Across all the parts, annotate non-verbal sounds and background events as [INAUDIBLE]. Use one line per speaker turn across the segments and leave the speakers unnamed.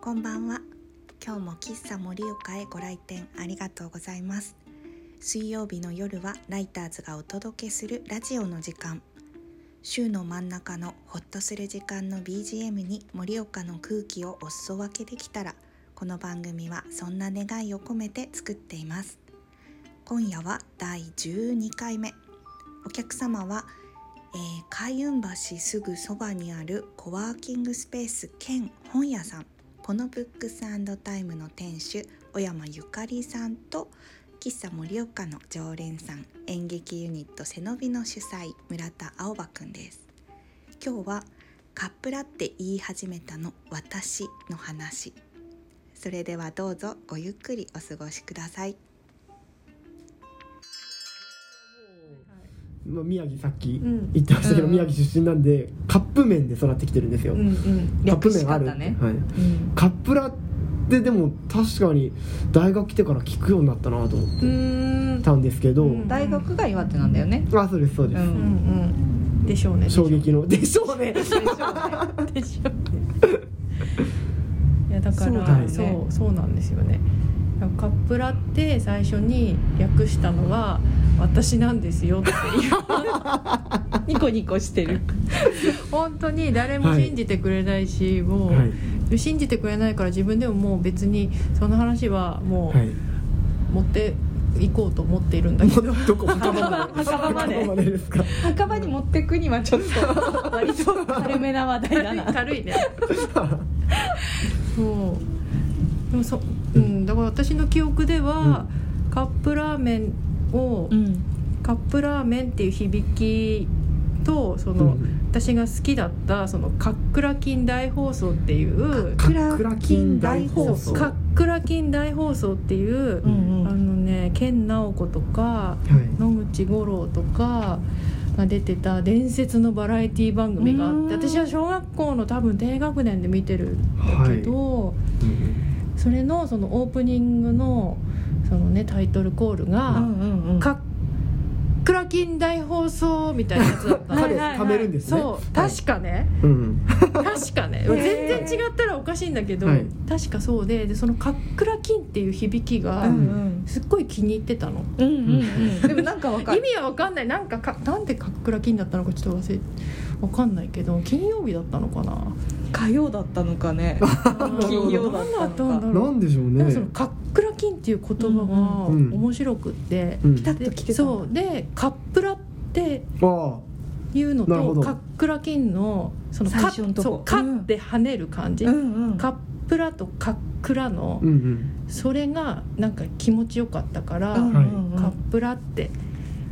こんばんは今日も喫茶盛岡へご来店ありがとうございます水曜日の夜はライターズがお届けするラジオの時間週の真ん中のほっとする時間の BGM に盛岡の空気をお裾分けできたらこの番組はそんな願いを込めて作っています今夜は第12回目お客様は、えー開運橋すぐそばにあるコワーキングスペース兼本屋さんポノブックスタイムの店主小山ゆかりさんと喫茶盛岡の常連さん演劇ユニット背伸びの主催村田青葉くんです今日はカップラって言い始めたの私の話それではどうぞごゆっくりお過ごしください
まあ、宮城さっき
うん
言ってましたけど、
うん
宮城出身なんでカップ麺で育ってきてるんですよ、
うんうん、
カップ
略し
麺あ
方
る、
ね。
はい、
うん
カップラってでも確かに大学来てから聞くようになったなと思っ
う
て
ーん
たんですけど、
うん
大学が岩手なんだよね。
あそうですそうで
う。
す、
うんんうんでしょうね
衝撃のでしょうね
でしょうね
でしょうねいやだから
そう
だよね
そうそうなんですよねカップラって最初に略したのは私なんですよっていうニコニコしてる本当に誰も信じてくれないし、もう、
はい
信じてくれないから自分でももう別にその話はも
はい、
う持っていこうと思っているんだけど、
どこ墓場まで
墓場まで
墓ですか
[LAUGHS] 墓場に持ってくにはちょっ [LAUGHS] と割と軽めな話題だ
軽い
な。
軽いねそうでもそ、うん、だから私の記憶では、カップラーメンを、
うん。
カップラーメンっていう響きとその、私が好きだったそのカックラキン大放送っていう
カックラ金大放
そ
送
うカックラキン大放送っていう、
う
あの
ん
ね研直子とか
はい
野口五郎とかが出てた伝説のバラエティ番組があって
うん
私は小学校の多分低学年で見てるんだけど、
うん
それのそのオープニングのその、ね、タイトルコール
うん。う
が
んうん
「
うん。
かっくらきん大放送」みたいなやつだった
彼
はいはいはい
貯めるんですね
そう確かね、
うん
確かね
へー
全然違ったらおかしいんだけど、
はい
確かそうででその「かっくらきん」っていう響きが
うんうん。
すっごい気に入ってたの、
うんうんうん。でもなんかわか
意
る。
味は分かんないなんかかなんで「かっくらきん」だったのかちょっと忘れ分かんないけど金曜日だったのか
[LAUGHS]
な
火曜だったのかね。
金曜
だ
だ
っ
った
のか
たんだろう
なんでしょう
でも
ね
その「かっくらきん」っていう言葉が
うんうん
面白くって、
うん
ピタッと来てたの
そうで「カップラ」って
あ
いうの
なるほ
と
ど
「カックラキン」のその
最初のとこ
そうカって跳ねる感じ、
うんうん。
カップラとカックラの
あうんうん
それがなんか気持ちよかったから、
うんうんうん
カップラって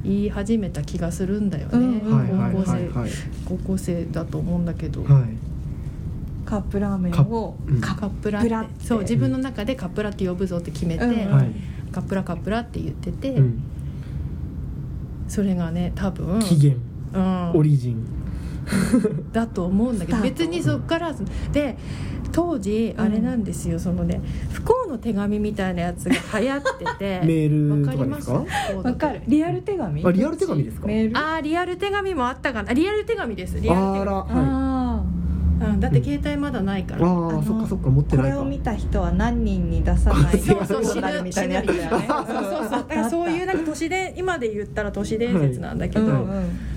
言い始めた気がするんだよね、
うんうん
はいはい
高校生、
はいはい
高校生だと思うんだけど。
はい
カップラーメンを
うん
カ
カ
ッ
ップラって
カップラって
そう自分の中でカップラって呼ぶぞって決めて、
うんうん
はい
カップラカップラって言ってて、
うん
それがね多分
起源
うん
オリジン
だと思うんだけど
スタート
別にそっからで当時
うん
あれなんですよ、そのね不幸の手紙みたいなやつが流行ってて
[LAUGHS] メールと
わかり
かで
ますす
か
不幸の手紙
プわかる。リアル手紙。
あリアル手紙ですか
メール。
あーリアル手紙もあったかなリアル手紙ですリアル手
あら、は
あ
紙、うん、だって携帯まだないか
い、
ら、
ああそっかそっか持っ
ー
て
こ
ない
れ
か
を見た人は何人に出さない
そうそう
よ
死
になる
ぬ
み
死
たいな
ぬ
や
み
つ
たい
だよ
な
ね
ねそうそうそうだからそういうなんか都市伝今で言ったら都市伝説なんだけど、
うんうん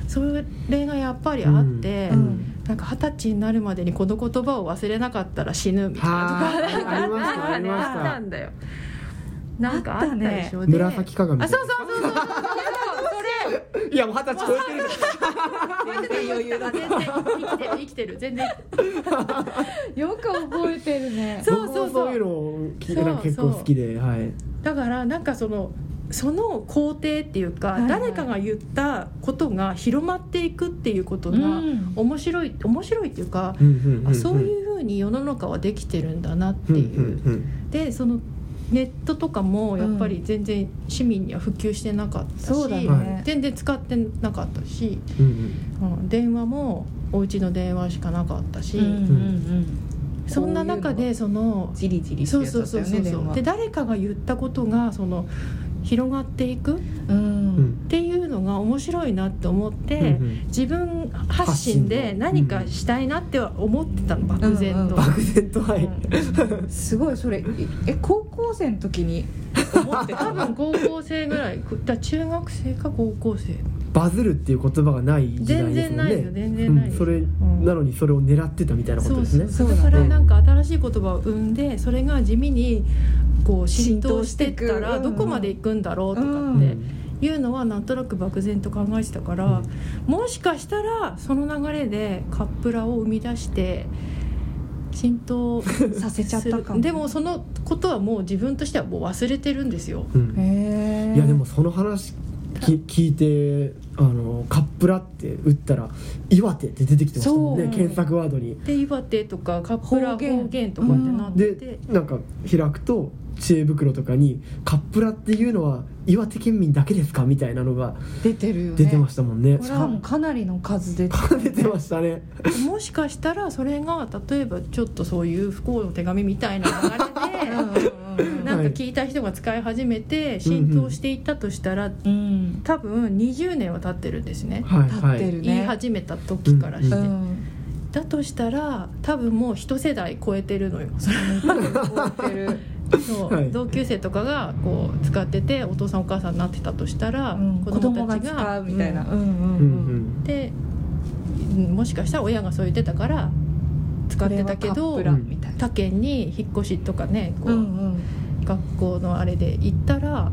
それがやっぱりあって、
うん
なんか二十歳になるまでにこの言葉を忘れなかったら死ぬみたいなとか
はーいありました
なんか
ありました
あったんだよなんかあったでしょ、で
紫鏡
あそうそうそうそうそう
いやもう二十歳超えてる
全然余裕だ全然生きてる生きてる全然
よく覚えてるね
そうそうそう
僕もそういうのを聞いてなんか結
そう
構
そう
好きではい
だからなんかそのその肯定っていうか、
はいはい
誰かが言ったことが広まっていくっていうことが
うん
面白い面白いっていうか、
うんうんうんん
あそういうふうに世の中はできてるんだなって
うんう
いう、
ん
でそのネットとかもやっぱり全然市民には普及してなかったし、
そうだ
は
ね
全然使ってなかったし、
うんうん
うん電話もお家の電話しかなかったし、
ん
そんな中でその
じりじり
そうそうそうそうそうで誰かが言ったことがその広がっていくっ
う
うん
ん
ていうのが面白いなって思って。
うんうん
自分発信
発信
で
の
何かしたいなっては思ってたの漠然と、
うんうん
漠然とはい
うん
すごいそれえ高校生の時に思っ
[LAUGHS]
て
多
た
分高校生ぐらいだ中学生か高校生
バズるっていう言葉がない時代
全
ですも
然
ん
な
ね
いよ全然ない、
うん、それ
ん
なのにそれを狙ってたみたいなこと
そう
です
そ
ね
うそう
そ
だ
うだね
からなんか新しい言葉を生んでそれが地味にこう浸透してったら
浸透していくう
ど
ん
こまで行くんだろうとか
う
って
ん
いうのはなんとなく漠然と考えてたか
う
ら
ん
もしかしたらその流れでカップラを生み出して浸透する
させちゃったかも
でもそのことはもう自分としてはもう忘れてるんですよ
うん
へえ
いやでもその話き聞いてあのカップラって打ったら「岩手」って出てきてましたもんね
そう
検索ワードに
で岩手とかカップラ
方
方
言
言とかってなってて
でなんか開くと知恵袋とかに「カップラっていうのは岩手県民だけですか?」みたいなのが
出てるよね
出てましたもんね
しかもかなりの数出てる
出てましたね
もしかしたらそれが例えばちょっとそういう不幸の手紙みたいな流
[LAUGHS]
れでなんか聞いた人が使い始めて浸透していったとしたら
うん
多分20年は経ってるんですね
はいは
立ってる
い
ね
言い始めた時からして、
うん
うん
だとしたら多分もう一世代超えてるのよそれ
覚えて
[LAUGHS]
る
そう
はい
同級生とかがこう使っててお父さんお母さんになってたとしたら、
うん子供が使うみたいな
うん
うん
う
うん
ん
でうんもしかしたら親がそう言ってたから使ってたけど
これはカップラみたいな
他県に引っ越しとかねこう、
うんうん
学校のあれで行ったら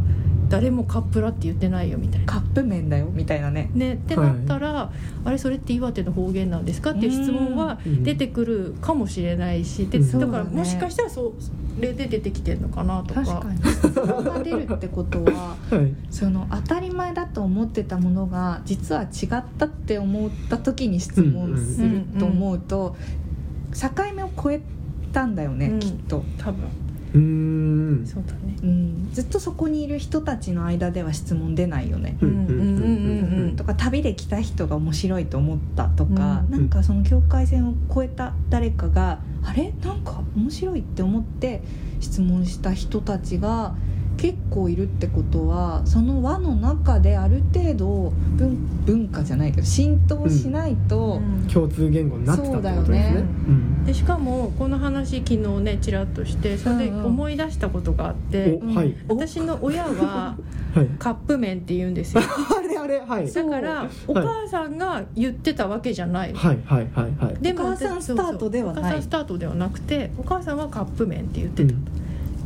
誰もカップラって言ってないよみたいな。
カップ麺だよみたいなね
ね、ってなったら、あれそれって岩手の方言なんですかっていう質問は
うん
出てくるかもしれないし、で
うん
だから
そうだね
もしかしたらそうそれで出てきてるのかなとか
確かに質問が出るってことは
うんはい
その当たり前だと思ってたものが実は違ったって思った時に質問すると思うと境目を超えたんだよね、
うん
きっと、
多分
うーん
そうだね。
うん、ずっとそこにいる人たちの間では質問出ないよね、
うん
うんうんうんうん
とか旅で来た人が面白いと思ったとか、
うん
なんかその境界線を越えた誰かがあれなんか面白いって思って質問した人たちが結構いるってことはその輪の中である程度文文化じゃないけど浸透しないと、
共通言語になってたってことです
そうだ
ね
よね
でしかもこの話昨日ねちらっとしてそれで
うんうん
思い出したことがあって、
うんおはい
お
私の親は
はい
カップ麺って言うんですよ
あれあれはい
だからお母さんが言ってたわけじゃない、
はいはいはいはい
で
お母さん
そう
スタートではな
お
い
母さんスタートではなくてお母さんはカップ麺って言ってた、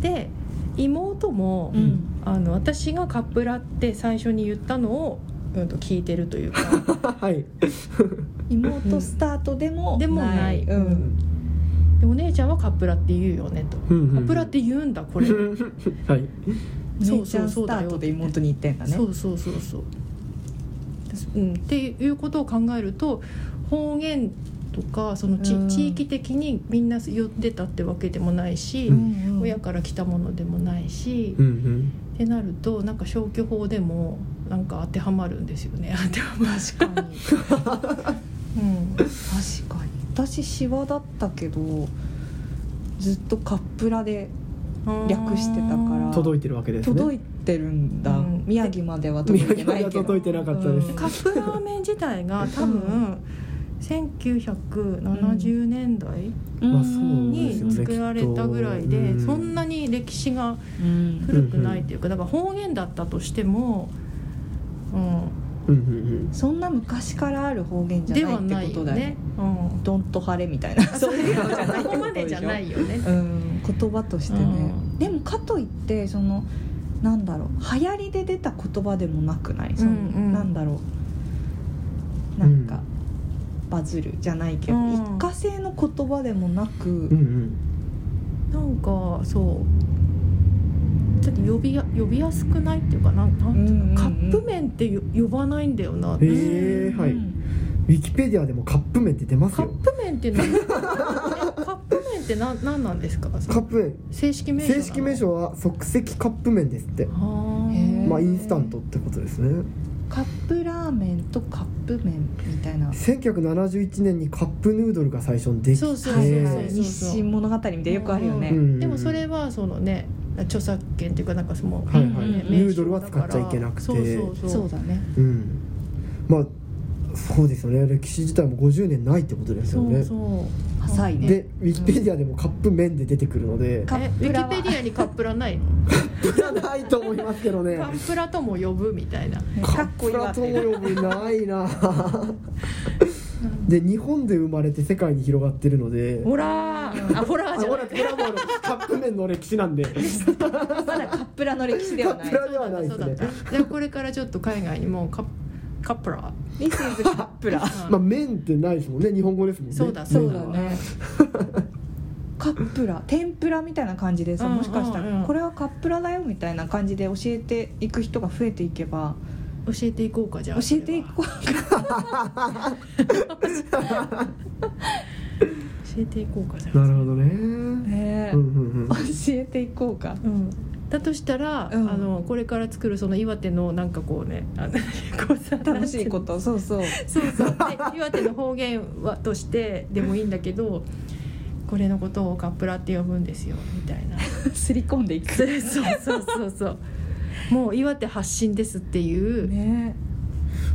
で妹も、
うん
あの私がカップラって最初に言ったのを、うん、と聞いてるというか
はい
妹スタートでも
でもない
うん
うん
でお姉ちゃんはカップラって言うよねと、
うんうん
カップラって言うんだこれ
はい
そう
姉ち
そ
ゃ
うんそ
ス
う
タ
だよ
ートで妹に言ってんだね
そうそうそうそう、うん、っていうことを考えると方言とかそのち、
うん
地域的にみんな寄ってたってわけでもないし、
うん
ん
親から来たものでもないし、
うんうん
ってなるとなんか消去法でもなんか当てはまるんですよね当てはまる、
確かに確
うん、
かに私シワだったけどずっとカップラで略してたから
届いてるわけですね
届いてるんだ、
うん
宮城までは届
宮
いて
城
な
に
い
は
けど
届いてなかったです
うん
カップラーメン自体が多
う
分1970年代
うん
まあそう
に
ですよね
作られたぐらいで、
きっとうん
そんなに歴史が
うん
古くないっていうかだから方言だったとしても、う
うんうん
そんな昔からある方言
ん、
じ
で
ゃな
はい
って
な
こ
い
と
よ
だよね
ね。うん
ドンと晴れみたいな [LAUGHS] そういうのじゃな
そ
いって
こ
こ
ま
と
で
で
じ
し
ゃ
ょ
ないよね。
うん言葉としてね、
うん
でもかといってそのなんだろう流行りで出た言葉でもなくないその、
うんうん
なんだろう
う
なんんか、バズるじゃないけど、
うん
一過性の言葉でもなく、
うんうん
なんかそうちょっと呼びや呼びやすくないっていうかなんなんていうの
うんうんうん
カップ麺ってよ呼ばないんだよなって
へえはいウィキペディアでもカップ麺って出ます
カッ
よ
プ麺っていうのはえカップ麺ってなんなんなんですかその
カップ
正式名
麺
称な
正
の
式名称は即席カップ麺ですって
はあ
へえ
まあインスタントってことですね
カップラーメンとカップ麺みたいな
1971年にカップヌードルが最初にできて
そうそう
は
そう
い
そう
は
そう
い日清物語みたいなよくあるよね、
うんうん
でもそれはそのね著作権っていうかなんかその、
はい
は
はいい、
ね
ヌードルは使っちゃいけなくて
そうそうそう
そうだね
うんまあそうですよね歴史自体も50年ないってことです
そ
よね
うそう
浅いね
でウィキペディアでもカップ麺で出てくるので
カ
えウ
ップラ
ィ
は
キペディアにカップラないの
いらないと思いますけどね
カップラとも呼ぶみたいな
カップラとも呼ぶないなで日本で生まれて世界に広がってるので
ホラーあホラ
あ
ーじゃ
ほ
な
ら
い
これはもうカップ麺の歴史なんで
まだカップラの歴史ではない
カップラではないで
そう
す
だっ
ね
たじゃあこれからちょっと海外にもカップカップラ
This is カップラ
まあ麺ってないですもんね日本語ですもんね
そうだ
[LAUGHS] そうだ
そうだ
ね
ね
カップラ天ぷらみたいな感じでさ
うん
もしかした
うんう
ら
ん
これはカップラだよみたいな感じで教えていく人が増えていけば
教えていこうかじゃあ
教えていこう
教えていこうかじゃあ
なるほどね
ねえ
うんうんうん
教えていこうか
うんだとしたら、
うん
あのこれから作るその岩手のなんかこうねあのこうさ
楽しいこととそうそう
[LAUGHS] そうそうで岩手の方言はとしてでもいいんだけどこれのことをカップラって呼ぶんですよみたい
[LAUGHS]
な
すり込んでいく
そうそうそうそうもう岩手発信ですっていう、
ね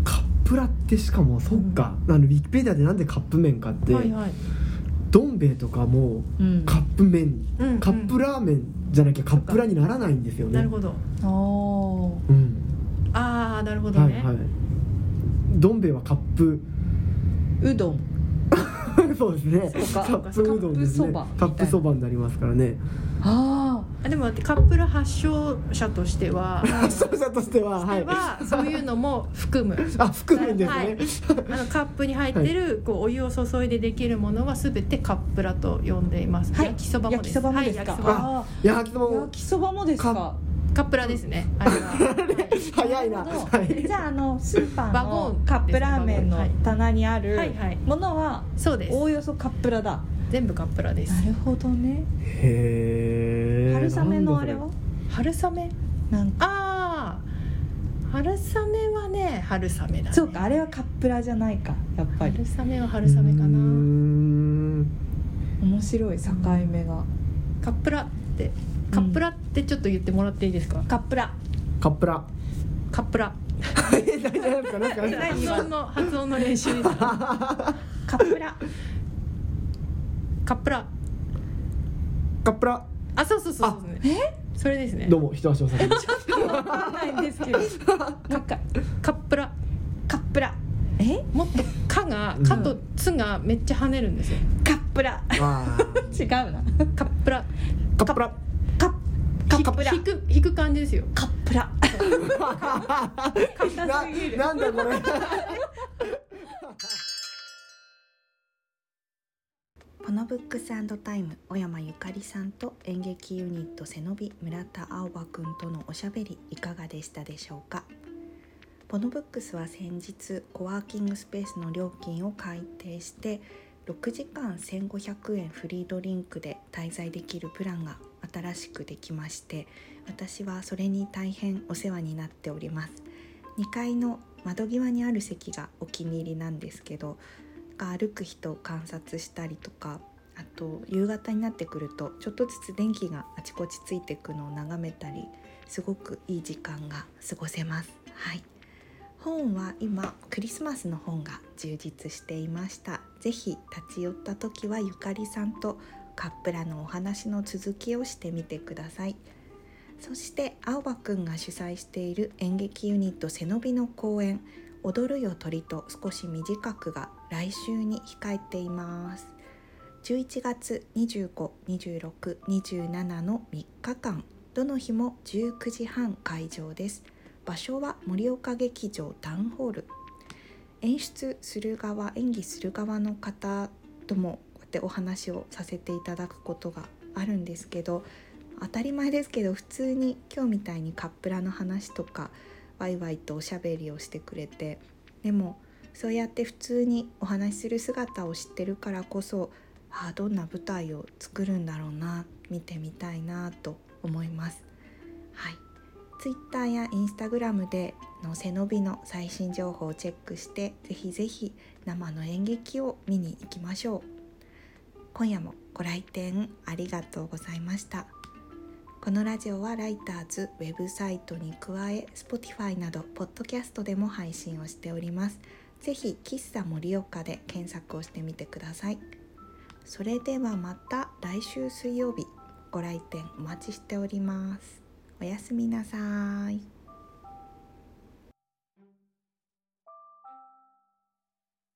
カップラってしかもそっか、あのウィキペディアでなんでカップ麺かって、
はいはい
どん兵衛とかも
えうん
カップ麺、
うんうん
カップラーメンじゃなきゃカップラにならないんですよね
なるほど
あー
うん
ああなるほど
はい
ね、
はいどん兵衛はカップ [LAUGHS]
うどん
そうですね
そうか
カップうどんですね
カ
カ
ップそばみたいな
ップそばになりますからね
あ
あでもカップラ発祥者としては
視聴者としてははい
はそういうのも含
[LAUGHS]
む
あ含むんですね、 [LAUGHS]
はいあのカップに入ってるこうお湯を注いでできるものはすべてカップラと呼んでいます。
はい
焼きそば
あ
も
焼
で
き
す。
そばもで
は
す
い、
か
焼きそば。
あ
いや焼きそば
ー
も
焼きそばもですか
カップラです
[LAUGHS]
ね。あれははい
早いな
なるほど
はい
じゃああのスーパ
ワ
ー
ゴンですね
のカップラーメン
ワ
の
ゴン
棚にある
はいはい
ものは
そうです
お。およそカップラだ
全部カップラです。
なるほどね
へえ
春雨のあれは
春雨。
なんか
ああ。春雨はね、春雨だ、ね。
そうかあれはカップラじゃないかやっぱり
春雨は春雨かな。
面白い境目が
カップラって。カップラってちょっと言ってもらっていいですか。
カップラ
カップラ
カップラ。
大丈夫ですかなんかなんか
発音の発音の練習です。カ
カップラ
ップラ。
[LAUGHS] カップラ
あ、そうそうそうそう、ね。え？それですね
ど。うも一足お先に
わかんないんですけ [LAUGHS] どなんか
カップラ。
カップラえ
もっと「か」が「か」と「つ」がめっちゃ跳ねるんですよ
カップラ
あー
違うな
カップラ
カップラ
カッカップラ
ひ引く引く感じですよ
カップラ
な
硬すぎる
なんだこれ
ポノブックスタイム小山ゆかりさんと演劇ユニット背伸び村田青葉くんとのおしゃべりいかがでしたでしょうかポノブックスは先日コワーキングスペースの料金を改定して6時間1500円フリードリンクで滞在できるプランが新しくできまして私はそれに大変お世話になっております2階の窓際にある席がお気に入りなんですけどなんか歩く人を観察したりとかあと夕方になってくるとちょっとずつ電気があちこちついてくのを眺めたりすごくいい時間が過ごせます。はい本は今クリスマスの本が充実していましたぜひ立ち寄った時はゆかりさんとカップラのお話の続きをしてみてくださいそして青葉くんが主催している演劇ユニット背伸びの公演「踊るよ鳥と少し短く」が来週に控えています11月252627の3日間どの日も19時半会場です場所は盛岡劇場タウンホール演出する側演技する側の方ともこうやってお話をさせていただくことがあるんですけど当たり前ですけど普通に今日みたいにカップラの話とかワイワイとおしゃべりをしてくれてでもそうやって普通にお話しする姿を知ってるからこそああどんな舞台を作るんだろうな見てみたいなと思います。はいツイッターやインスタグラムであの背伸びの最新情報をチェックしてぜひぜひ生の演劇を見に行きましょう今夜もご来店ありがとうございましたこのラジオはライターズウェブサイトに加え Spotify などポッドキャストでも配信をしておりますぜひ喫茶盛岡で検索をしてみてくださいそれではまた来週水曜日ご来店お待ちしておりますおやすみなさい